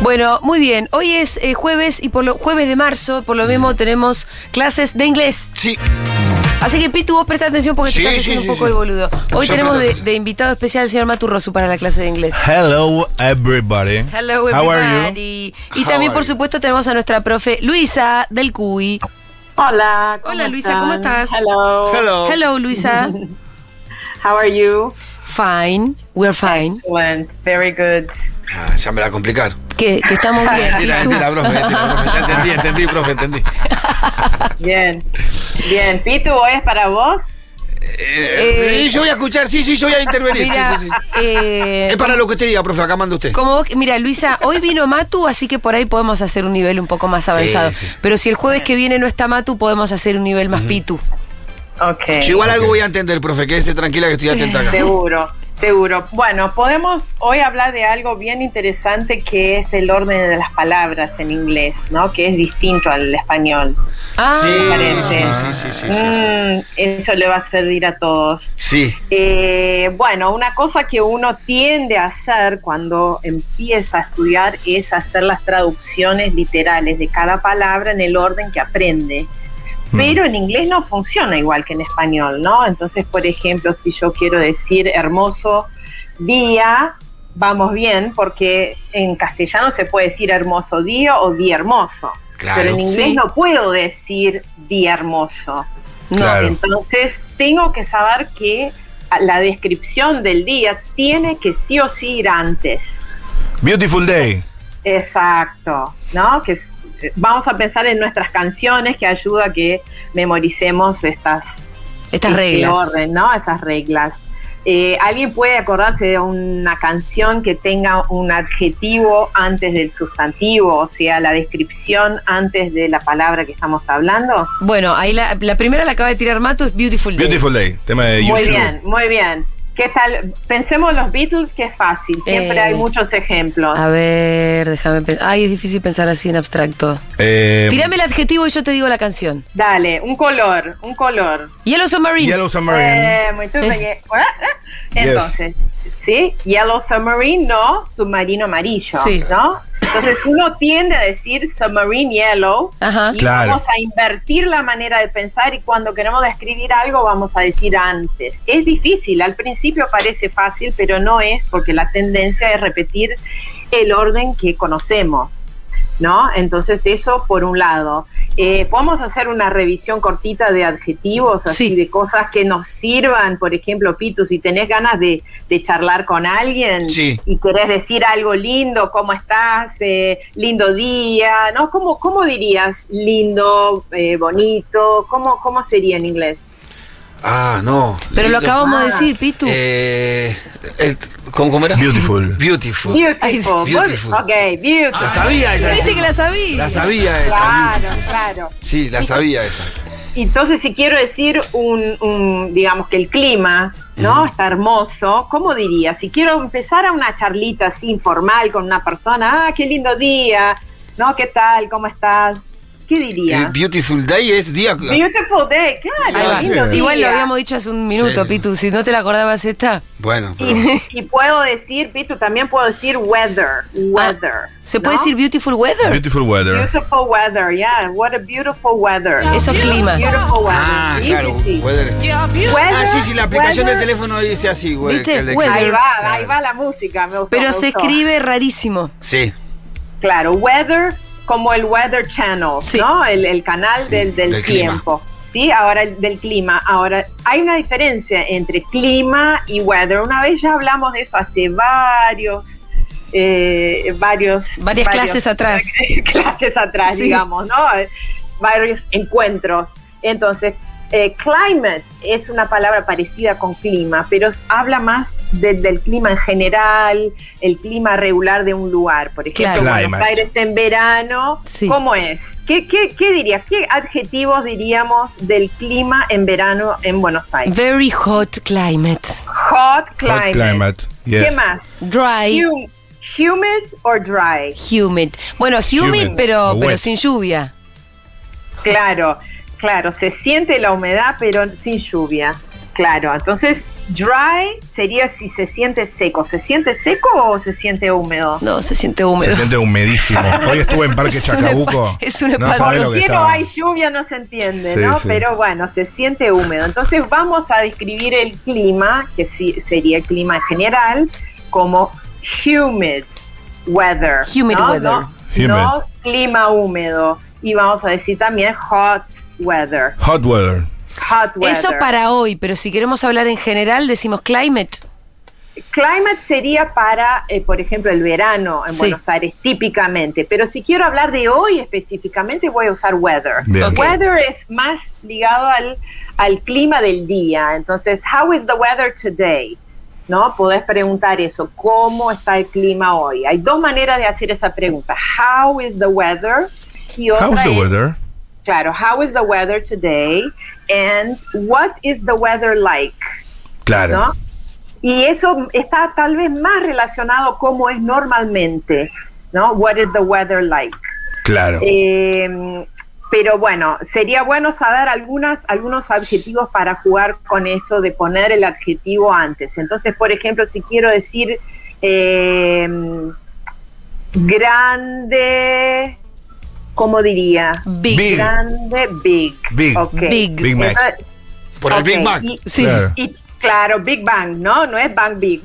Bueno, muy bien. Hoy es eh, jueves y por lo jueves de marzo, por lo mismo tenemos clases de inglés. Sí. Así que Pitu, vos presta atención porque Sí, te estás sí, haciendo sí, un poco sí. el boludo. Hoy Yo tenemos presto de, atención. de invitado especial al señor Maturrosu para la clase de inglés. Hello everybody. Hello How are you? everybody. Y How también, are por you? supuesto, tenemos a nuestra profe Luisa del CUI. Hola. ¿cómo Hola, Luisa, ¿cómo están? estás? Hello. Hello. Hello, Luisa. How are you? Fine, we're fine. Excellent. Very good. Ah, ya me la complicaron. Que, que estamos bien. Mentira, Pitu. mentira, profe, mentira, profe. Ya entendí, entendí, profe, entendí. Bien. Bien. Pitu, hoy es para vos. Eh, Eh, sí, yo voy a escuchar, sí, sí, yo voy a intervenir. Mira, sí, sí, sí. eh, Es para lo que usted diga, profe, acá manda usted. Como vos, mira, Luisa, hoy vino Matu, así que por ahí podemos hacer un nivel un poco más avanzado. sí. Pero si el jueves que viene no está Matu, podemos hacer un nivel más pitu. Ok. Yo igual algo voy a entender, profe, quédese tranquila que estoy atenta acá. Seguro. Seguro. Bueno, podemos hoy hablar de algo bien interesante que es el orden de las palabras en inglés, ¿no? Que es distinto al español. Ah, Sí, sí, parece. sí, sí, sí, sí, sí. Mm, eso le va a servir a todos. Sí, Eh, bueno, una cosa que uno tiende a hacer cuando empieza a estudiar es hacer las traducciones literales de cada palabra en el orden que aprende. Pero en inglés no funciona igual que en español, ¿no? Entonces, por ejemplo, si yo quiero decir hermoso día, vamos bien, porque en castellano se puede decir hermoso día o día hermoso. Claro. Pero en inglés Sí. no puedo decir día hermoso. no. Claro. Entonces, tengo que saber que la descripción del día tiene que sí o sí ir antes. Beautiful day. Exacto, ¿no? Que eh, vamos a pensar en nuestras canciones que ayuda a que memoricemos estas Estas este reglas. orden, ¿no? Esas reglas. Eh, ¿Alguien puede acordarse de una canción que tenga un adjetivo antes del sustantivo, o sea, la descripción antes de la palabra que estamos hablando? Bueno, ahí la, la primera la acaba de tirar Matu, es Beautiful Day. Beautiful day. Tema de Muy YouTube. bien, muy bien. ¿Qué tal? Pensemos en los Beatles, que es fácil. Siempre Eh, hay muchos ejemplos. A ver, déjame pensar. Ay, es difícil pensar así en abstracto. Em. Eh, Tirame el adjetivo y yo te digo la canción. Dale, un color, un color. Yellow Submarine. Yellow Submarine. Eh, muy bien. Entonces, ¿sí? Yellow submarine, no, submarino amarillo, Sí. ¿no? Entonces uno tiende a decir submarine yellow Ajá. y Claro. vamos a invertir la manera de pensar y cuando queremos describir algo vamos a decir antes. Es difícil, al principio parece fácil, pero no es porque la tendencia es repetir el orden que conocemos. ¿No? Entonces eso por un lado. Eh, ¿Podemos hacer una revisión cortita de adjetivos, así Sí. de cosas que nos sirvan? Por ejemplo, Pitu, si tenés ganas de, de charlar con alguien Sí. y querés decir algo lindo, ¿cómo estás? Eh, lindo día, ¿no? ¿Cómo, cómo dirías lindo, eh, bonito? ¿Cómo, ¿Cómo sería en inglés? Ah, no. Pero lo Lindo. acabamos de Ah, decir, Pitu. Eh, el- ¿cómo, cómo era? Beautiful. Beautiful. Beautiful. Ay, beautiful. Ok, beautiful. La sabía esa. ¿Viste que la sabí? La sabía esa. Claro, claro. Sí, la sabía esa. Entonces, si quiero decir un, un, digamos que el clima, ¿no? Está hermoso, ¿cómo diría? Si quiero empezar a una charlita así informal con una persona, ah, qué lindo día, ¿no? ¿Qué tal? ¿Cómo estás? ¿Qué Eh, diría? beautiful day es día. Beautiful day, Ahí claro, va. lindo día. Igual lo habíamos dicho hace un minuto, Sí. Pitu. Si no te la acordabas esta. Bueno, pero. Y, y puedo decir, Pitu, también puedo decir weather, weather. Ah, ¿Se puede ¿no? decir Beautiful Weather? Beautiful weather. Beautiful weather, yeah. What a beautiful weather. Eso es clima. Beautiful weather. Ah, Sí, claro. sí, sí. weather. Weather, Ah, sí, sí, la aplicación weather. del teléfono dice así, güey. ¿Viste? que el de- Weather. Ahí va, ahí va la música, me gustó, Pero me se gustó. escribe rarísimo. Sí. Claro, Weather como el Weather Channel, Sí. ¿no? El, el canal del, del Del clima. tiempo. Sí, ahora el del clima. Ahora, hay una diferencia entre clima y weather. Una vez ya hablamos de eso hace varios. eh, varios Varias varios- clases atrás. clases atrás, Sí. digamos, ¿no? Varios encuentros. Entonces, eh, climate es una palabra parecida con clima, pero habla más de- del clima en general, el clima regular de un lugar. Por Claro. ejemplo, Buenos Climate. Aires en verano, Sí. ¿cómo es? ¿Qué, qué, ¿Qué dirías? ¿Qué adjetivos diríamos del clima en verano en Buenos Aires? Very hot climate. Hot climate. Hot climate, ¿Qué yes. más? Dry, Hum- Humid or dry? humid. Bueno, humid, Humid. pero, O pero wet. sin lluvia. Claro, claro, se siente la humedad pero sin lluvia. Claro, entonces dry sería si se siente seco. ¿Se siente seco o se siente húmedo? No, se siente Se húmedo. siente humedísimo. Hoy estuve en Parque Es una Chacabuco. pa- es una no sabés Cuando lo que quiero estaba. hay lluvia no se entiende, Sí, ¿no? sí. Pero bueno, se siente húmedo. Entonces vamos a describir el clima, que sí, sería el clima en general, como humid weather. Humid ¿no? weather. No- Humid. no clima húmedo. Y vamos a decir también hot weather. Hot weather. Hot weather. Eso para hoy, pero si queremos hablar en general, decimos climate. Climate sería para, eh, por ejemplo, el verano en Sí. Buenos Aires, típicamente. Pero si quiero hablar de hoy específicamente, voy a usar weather. Bien. Ok. Weather es más ligado al, al clima del día. Entonces, how is the weather today? ¿No? Podés preguntar eso. ¿Cómo está el clima hoy? Hay dos maneras de hacer esa pregunta. How is the weather? Y otra How's the es- weather? Claro, how is the weather today? And what is the weather like? Claro. ¿no? Y eso está tal vez más relacionado como es normalmente, ¿no? What is the weather like? Claro. Eh, pero bueno, sería bueno saber algunas, algunos adjetivos para jugar con eso de poner el adjetivo antes. Entonces, por ejemplo, si quiero decir eh, grande, ¿cómo diría? Mm. Big. Big. Grande, big. Big. Ok. Big. Big Mac. Entonces, Por el Big ok, Mac. y- Sí. Claro. y claro, Big Bang, ¿no? No es Bang Big.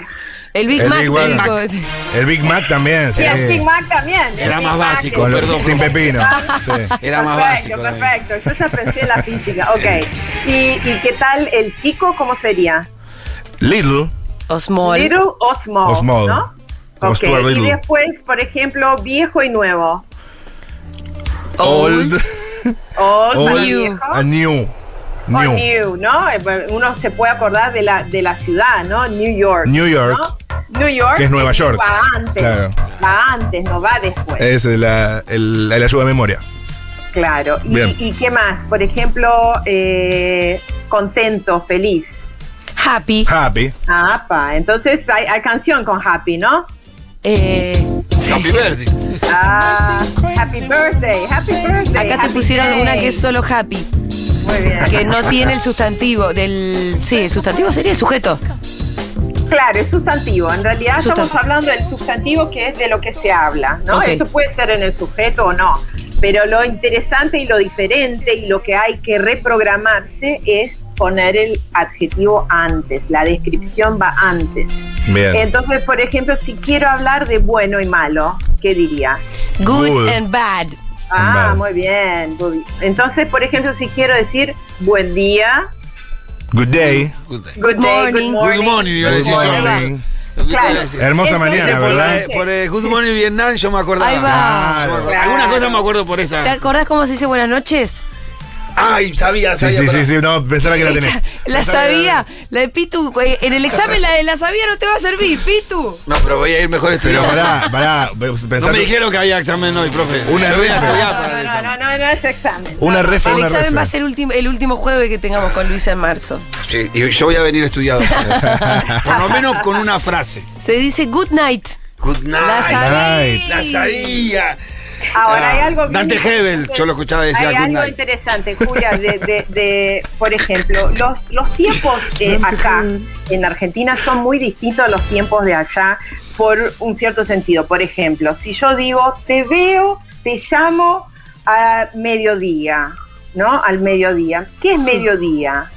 El Big El Mac, Big te Mac. digo. El Big Mac también. Y Sí. el Big Mac también. Era más El Big Mac básico, es- Con lo- Perdón, sin perdón. pepino. Sí. Era más Perfecto, básico. eh. la verdad. perfecto. Yo ya pensé en la física. Ok. ¿Y, y qué tal el chico? ¿Cómo sería? Little. Osmol. Little o small. O small. ¿no? Como Ok. Stuart Y Little. después, por ejemplo, viejo y nuevo. Old. Old, para Old. viejo. And new. o New. new, ¿no? Eh, bueno, Uno se puede acordar de la, de la ciudad, ¿no? New York. New York. ¿no? New York. Que es Nueva York. Va antes. Claro. Eh, Va antes, no va después. Es la, el, la ayuda de memoria. Claro. ¿Y, Bien. y qué más? Por ejemplo, eh, contento, feliz. Happy. Happy. Ah, pa. Entonces hay, hay canción con Happy, ¿no? Eh, Happy Birthday. Ah, happy birthday, happy birthday. acá te happy pusieron day. una que es solo happy, Muy bien. que no tiene el sustantivo. Del, sí, el sustantivo sería el sujeto. Claro, es sustantivo. En realidad estamos Sustan- hablando del sustantivo que es de lo que se habla, ¿no? Ok. Eso puede ser en el sujeto o no. Pero lo interesante y lo diferente y lo que hay que reprogramarse es poner el adjetivo antes, la descripción va antes. Bien. Entonces, por ejemplo, si quiero hablar de bueno y malo, ¿qué diría? Good, Good. and bad. Ah, Vale. muy bien. muy bien. Entonces, por ejemplo, si quiero decir buen día, Good day. Good day. good, day, morning. good Good morning, iba a decir yo. morning. Lo que te Claro. iba a decir. Este, Hermosa Entonces, mañana, Por, ¿verdad? la- por el Good Morning Vietnam yo me acordaba. Ahí va. Yo me acordaba. Claro. Algunas cosas me acuerdo por ¿Te esa. acordás cómo se dice buenas noches? Ay, sabía, Sí, sabía. sí, pará. sí, sí. No, pensaba que la tenés. La Pensaba que sabía, la de Pitu. eh, En el examen la de la sabía no te va a servir, Pitu. No, pero voy a ir mejor Pero estudiando. pará, pará. No Pensá me tú- dijeron que había examen hoy, profe. Una Yo voy a vez, estudiar No, para el no, examen. no, no, no es examen. Una No, refa, El una examen refa. va a ser ultim- el último jueves que tengamos con Luisa en marzo. Sí, y yo voy a venir estudiado. Por lo menos con una frase. Se dice good night. Good night. La sabía. night. La sabía. Ahora hay Ah, algo bien Dante Hebel, interesante. yo lo escuchaba decir Hay good algo night. interesante, Julia, de, de- de, por ejemplo, los, los tiempos eh, acá en Argentina son muy distintos a los tiempos de allá por un cierto sentido. Por ejemplo, si yo digo, te veo, te llamo a mediodía, ¿no? Al mediodía. ¿Qué es Sí. mediodía?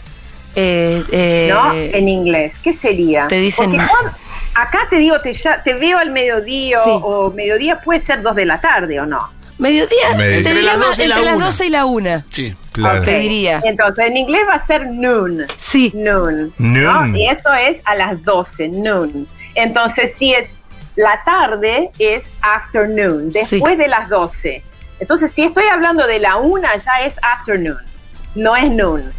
Eh, eh, ¿No? En inglés. ¿Qué sería? te dicen- Porque cuan- acá te digo, te, ya- te veo al mediodía Sí. o mediodía puede ser dos de la tarde o no. mediodía. Medio- te Entre diría las más- doce y la entre las una. 12 y la 1. Sí. Claro. Ok. Te diría. Entonces, en inglés va a ser noon. Sí. Noon. Noon. ¿no? Y eso es a las 12, noon. Entonces, si es la tarde, es afternoon, Sí. después de las 12. Entonces, si estoy hablando de la una, ya es afternoon, no es noon.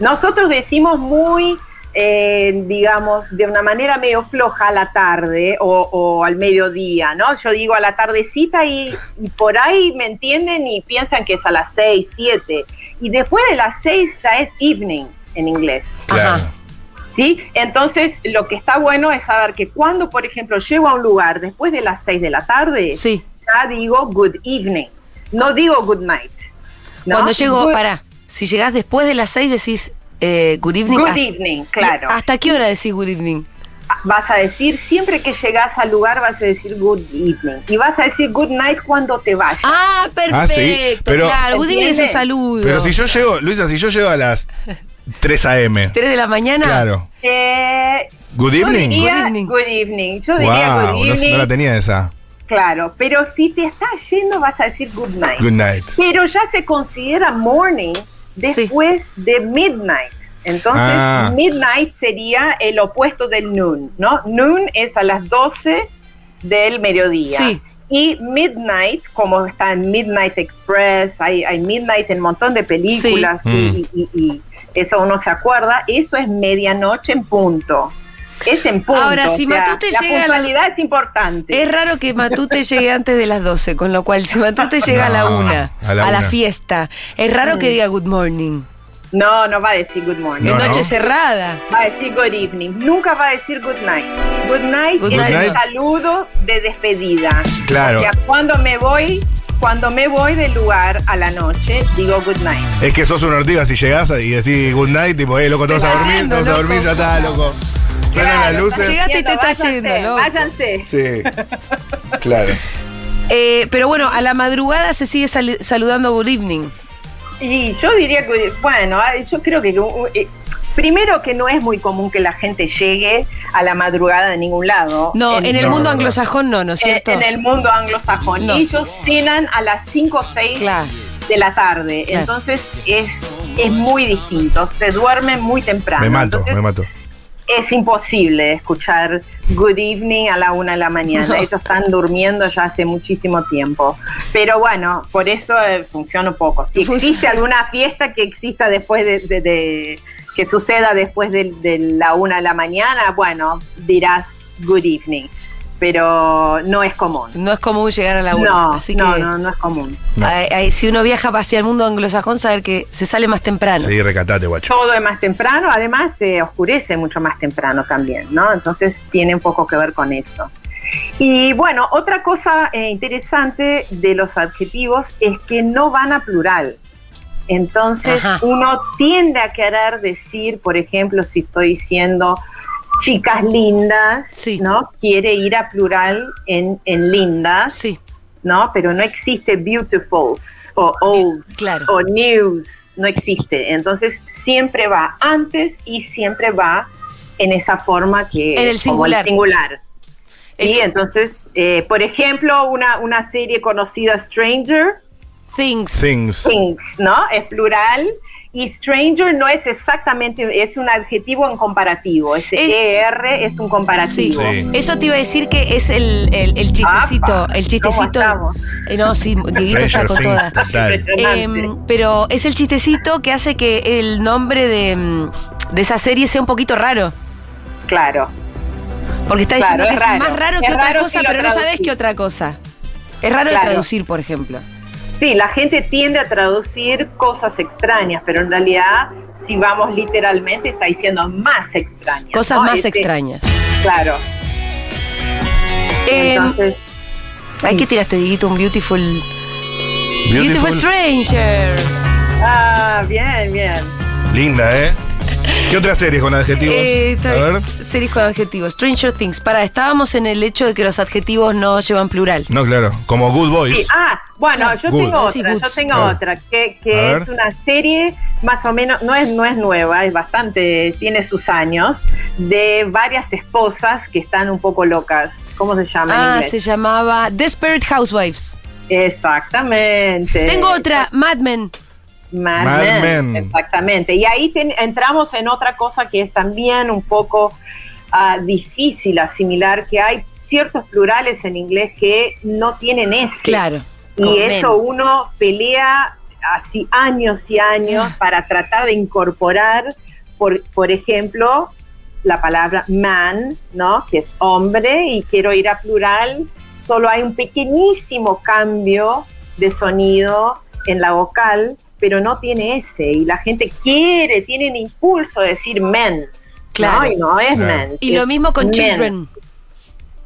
Nosotros decimos muy eh, digamos, de una manera medio floja a la tarde o, o al mediodía, ¿no? Yo digo a la tardecita y, y por ahí me entienden y piensan que es a las 6, 7. Y después de las 6 ya es evening en inglés. Claro. ¿Sí? Entonces, lo que está bueno es saber que cuando, por ejemplo, llego a un lugar después de las 6 de la tarde, Sí. ya digo good evening, no digo good night. ¿no? Cuando llego, Good- pará, si llegás después de las seis decís eh, good evening. Good hasta- evening, claro. Ah, ¿Y ¿Hasta qué hora decís good evening? Vas a decir, siempre que llegas al lugar vas a decir good evening. Y vas a decir good night cuando te vayas. Ah, perfecto. Ah, sí, pero- claro, good evening es un ¿Entiendes? saludo. Pero si yo llego, Luisa, si yo llego a las 3 a.m. ¿Tres de la mañana? Claro. Eh, Good yo evening. diría Good evening. good evening. Yo diría Wow, good no, evening. no la tenía esa. Claro, pero si te estás yendo vas a decir good night. Good night. Pero ya se considera morning después de midnight. Entonces, Ah. midnight sería el opuesto del noon, ¿no? Noon es a las 12 del mediodía. Sí. Y midnight, como está en Midnight Express, hay, hay midnight en un montón de películas Sí. y- y, Mm. y- y eso uno se acuerda, eso es medianoche en punto. Es en punto. Ahora, si o sea, Matute la llega a la- puntualidad es importante. Es raro que Matute llegue antes de las 12, con lo cual si Matute llega a la No, una, a la a la una. fiesta, es raro Mm. que diga good morning. No, no va a decir good morning. Es No, noche no. cerrada. Va a decir good evening, nunca va a decir good night. Good night Good es night. un saludo de despedida. Claro. O sea, cuando me voy, cuando me voy del lugar a la noche, digo good night. Es que sos una ortiga si llegás y decís good night, tipo, eh, loco, todos Te a estás dormir, yendo, todos a loco. dormir, ya está, loco. Prenden Claro, las luces. llegando. Llegaste y te estás váyanse, yendo, loco. Váyanse. Sí. Claro. Eh, pero bueno, a la madrugada se sigue sali- saludando good evening. Y yo diría que, bueno, ah, yo creo que uh, eh, primero que no es muy común que la gente llegue a la madrugada de ningún lado. No, en el No, mundo no. anglosajón no, ¿no es en, cierto? eh, en el mundo anglosajón. No. Ellos cenan a las 5 o 6 Claro. de la tarde. Claro. Entonces es, es muy distinto. Se duermen muy temprano. Me mato, Entonces, me mato. Es imposible escuchar good evening a la una de la mañana. Ellos están durmiendo ya hace muchísimo tiempo. Pero bueno, por eso eh, funciona un poco. Si Funciona. existe alguna fiesta que exista después de. de- de- que suceda después de, de la una de la mañana, bueno, dirás good evening. Pero no es común. No es común llegar a la una. No, así no, que no, no es común. No. ay, ay, si uno viaja hacia el mundo anglosajón, saber que se sale más temprano. Sí, recatate, guacho. Todo es más temprano, además se oscurece mucho más temprano también, ¿no? Entonces tiene un poco que ver con eso. Y bueno, otra cosa eh, interesante de los adjetivos es que no van a plural. Entonces Ajá. uno tiende a querer decir, por ejemplo, si estoy diciendo chicas lindas, Sí. ¿no? Quiere ir a plural en, en lindas. Sí. ¿no? Pero no existe beautifuls o old claro. o news, no existe. Entonces siempre va antes y siempre va en esa forma que En el como singular. singular. Y Eh, entonces, eh, por ejemplo, una, una serie conocida Stranger Things. Things. Things, ¿no? Es plural. Y stranger no es exactamente, es un adjetivo en comparativo. Ese Es- ER es un Sí. comparativo. Sí. Eso te iba a decir que es el, el- el chistecito. Apa, el chistecito. ¿cómo estamos? Eh, no, sí, Dieguito está Stranger con Things, todas. total. Impresionante. Em, pero es el chistecito que hace que el nombre de, mm, de esa serie sea un poquito raro. Claro. Porque está diciendo Claro, que es es raro. más raro Es que otra raro cosa, si lo pero no sabes traducís. qué otra cosa. Es raro de Claro. traducir, por ejemplo. Sí, la gente tiende a traducir cosas extrañas, pero en realidad, si vamos literalmente, está diciendo más extrañas. Cosas ¿no? más Este, extrañas. Claro. Em, Entonces, ay, ¿qué tiraste, Diguito? Un beautiful, beautiful. Stranger. ah, bien, bien. Linda, ¿eh? ¿Qué otra serie con adjetivos? Eh, está a bien. ver. Series con adjetivos. Stranger Things. Para, estábamos en el hecho de que los adjetivos no llevan plural. No, claro. Como Good Boys. Sí, ah, bueno, yo Good. tengo Sí, otra, yo goods. tengo Ah. otra, que, A que es ver. una serie más o menos, no es, no es nueva, es bastante, tiene sus años, de varias esposas que están un poco locas. ¿Cómo se llama en Ah, inglés? se llamaba Desperate Housewives. Exactamente. Tengo eh, otra, Mad Men. Mad, Mad Men, Men. Exactamente. Y ahí ten- entramos en otra cosa que es también un poco ah, difícil asimilar, que hay ciertos plurales en inglés que no tienen S. Claro. Y con eso men. uno pelea Ah. así años y años para tratar de incorporar, por, por ejemplo, la palabra man, ¿no? Que es hombre y quiero ir a plural, solo hay un pequeñísimo cambio de sonido en la vocal, pero no tiene ese y la gente quiere, tiene el impulso de decir men. Claro. ¿no? Y no es Claro. men. Y lo es mismo con men. children.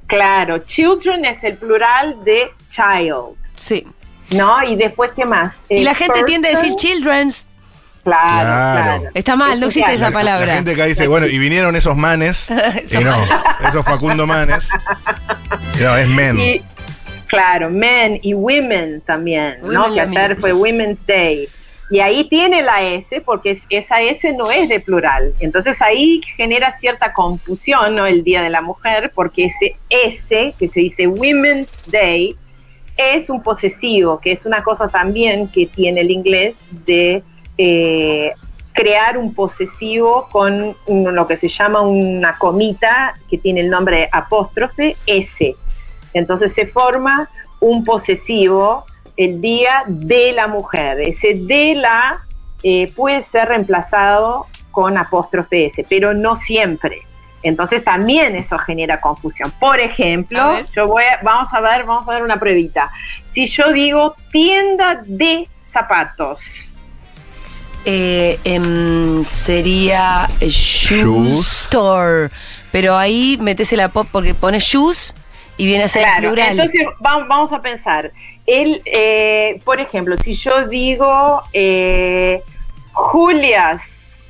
Claro, children es el plural de child, Sí. ¿no? Y después, ¿qué más? Y Eh, la gente tiende a decir person, children's. Claro, Claro. claro. Está mal, no existe esa Claro. palabra. La gente acá dice, bueno, y vinieron esos manes. Esos y no, esos Facundo manes. No, es men. Y, claro, men y women también, Women ¿no? Que también. ayer fue Women's Day. Y ahí tiene la S, porque es- esa S no es de plural. Entonces ahí genera cierta confusión, ¿no? El Día de la Mujer, porque ese S, que se dice Women's Day, es un posesivo, que es una cosa también que tiene el inglés de eh, crear un posesivo con un- lo que se llama una comita que tiene el nombre apóstrofe S. Entonces se forma un posesivo el día de la mujer. Ese de la eh, puede ser reemplazado con apóstrofe S, pero no siempre. Entonces también eso genera confusión. Por A ejemplo, ver. yo voy a- vamos a ver, vamos a ver una pruebita. Si yo digo tienda de zapatos, Eh, em, sería shoe Shoes. store. Pero ahí metes la pop porque pones shoes y viene a ser plural. Entonces va- vamos a pensar. El, eh, por ejemplo, si yo digo eh, Julia's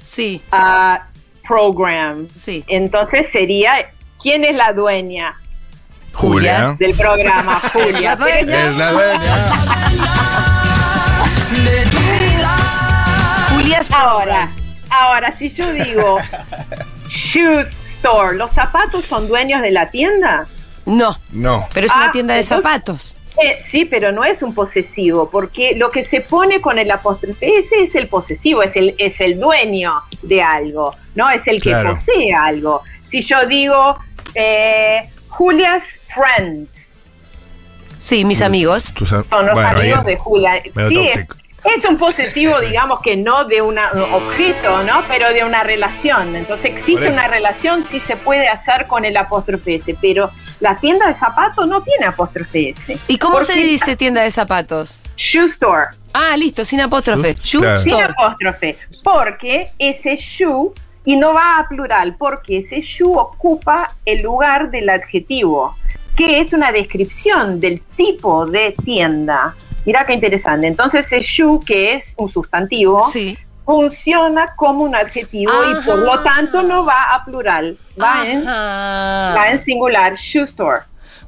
sí, ah, program, sí. entonces sería ¿quién es la dueña Julia. del programa? Julia. La dueña. Es la dueña. Julia's Ahora, ahora si yo digo shoes store, los zapatos son dueños de la tienda. No, No. pero es Ah, una tienda de entonces- zapatos. Eh, sí, pero no es un posesivo, porque lo que se pone con el apóstrofe ese es el posesivo, es el, es el dueño de algo, ¿no? Es el que Claro. posee algo. Si yo digo eh, Julia's friends, Sí, mis amigos. Tus am- son los bueno, ahí amigos es. de Julia. Medio Sí, es, tóxico. es un posesivo, digamos que no de una- un objeto, ¿no? Pero de una relación. Entonces Por existe eso. una relación que se puede hacer con el apóstrofe S, pero la tienda de zapatos no tiene apóstrofe S. ¿Y cómo se Porque- dice tienda de zapatos? Shoe store. Ah, listo, sin apóstrofe. Shoe Shoe- claro. Sin store. apóstrofe, porque ese you y no va a plural, porque ese you ocupa el lugar del adjetivo, que es una descripción del tipo de tienda. Mirá qué interesante. Entonces, ese you, que es un sustantivo, Sí. funciona como un adjetivo y por Ajá. lo tanto no va a plural, Ah. va, en, Ajá. va ¿eh? en singular, shoe store.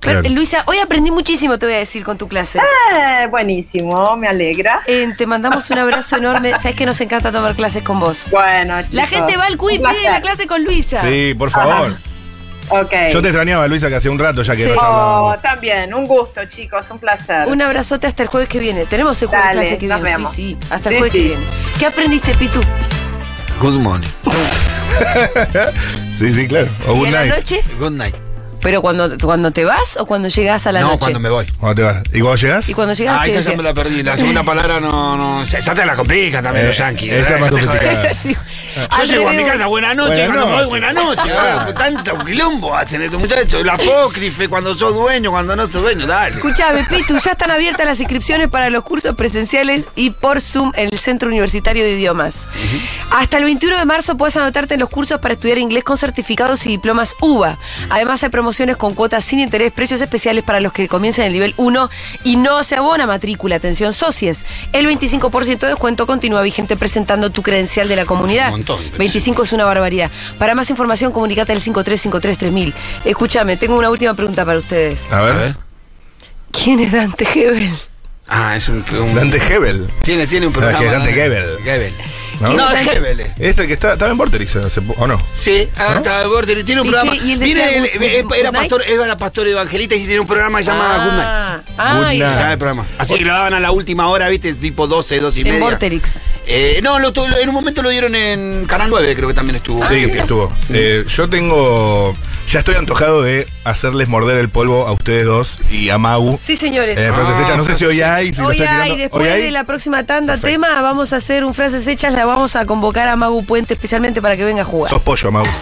Pero, Claro. Luisa, hoy aprendí muchísimo, te voy a decir, con tu clase. Eh, buenísimo, me alegra. Eh, te mandamos un abrazo enorme. Sabes que nos encanta tomar clases con vos. Bueno, La chicos, gente va al CUI y un pide la placer. clase con Luisa. Sí, por favor. Ok. Yo te extrañaba, Luisa, que hace un rato ya que Ah. Sí. no Oh, charlábamos. también, un gusto, chicos, un placer. Un abrazote hasta el jueves que viene. Tenemos el jueves Dale, clase que nos viene. vemos. Sí, sí. Hasta el Sí, jueves que sí. viene. ¿Qué aprendiste, Pitu? Good morning. Sí, sí, claro. O ¿Y good a la night. noche? Good night. ¿Pero cuando, cuando te vas o cuando llegas a la no, noche? cuando me voy. ¿Cuándo te vas? ¿Y cuando llegas? Y cuando llegas Ah, ¿qué esa ya decías? me la perdí. La segunda palabra no, no. Ya ya te la complica también Eh, los yanquis. esa es más Déjate joder. complicada. la- Sí. Yo Al llego a mi revés. casa, buena noche, Buena y cuando me voy, noche. buena noche. ah, Tanto quilombo hacen estos muchachos. El apócrife, cuando sos dueño, cuando no sos dueño, dale. Escuchame, Pitu, ya están abiertas las inscripciones para los cursos presenciales y por Zoom en el Centro Universitario de Idiomas. Hasta el 21 de marzo puedes anotarte en los cursos para estudiar inglés con certificados y diplomas UBA. Además hay promociones con cuotas sin interés, precios especiales para los que comiencen el nivel 1 y no se abona matrícula. Atención, socios. El 25% de descuento continúa vigente presentando tu credencial de la comunidad. Un montón, pero 25 es una barbaridad. Para más información, comunícate al 53533000. Escúchame, tengo una última pregunta para ustedes. A ver. ¿Quién es Dante Hebel? Ah, es un. un- Dante Hebel. Tiene, tiene un Pero es programa. que Dante ¿no? Gebel. Gebel. ¿No? No, es Dante- Gebel. eh. Es el que está, estaba en Vorterix hace po- ¿o no? Sí, ahora está de Border, tiene un ¿Y programa. qué? Ah. ¿Y él Viene decía el- Good- eh, Good- era, Good pastor, él era pastor evangelista y tiene un programa llamado Good Night. Ah, Good y- night. Se llama el programa. Así que lo daban a la última hora, viste, tipo 12, 12 y En media. Vorterix. Eh, no, lo tu- lo- en un momento lo dieron en Canal 9, creo que también estuvo. Ah, Sí, que estuvo. Eh, yo tengo. Ya estoy antojado de hacerles morder el polvo a ustedes dos y a Mau. Sí, señores. Eh, frases Ah, hechas. No sé si hoy hay. Si lo Hoy están hay, tirando. después Hoy hay. de la próxima tanda Perfecto. tema, vamos a hacer un Frases Hechas, la vamos a convocar a Magu Puente especialmente para que venga a jugar. Sos pollo, Mau.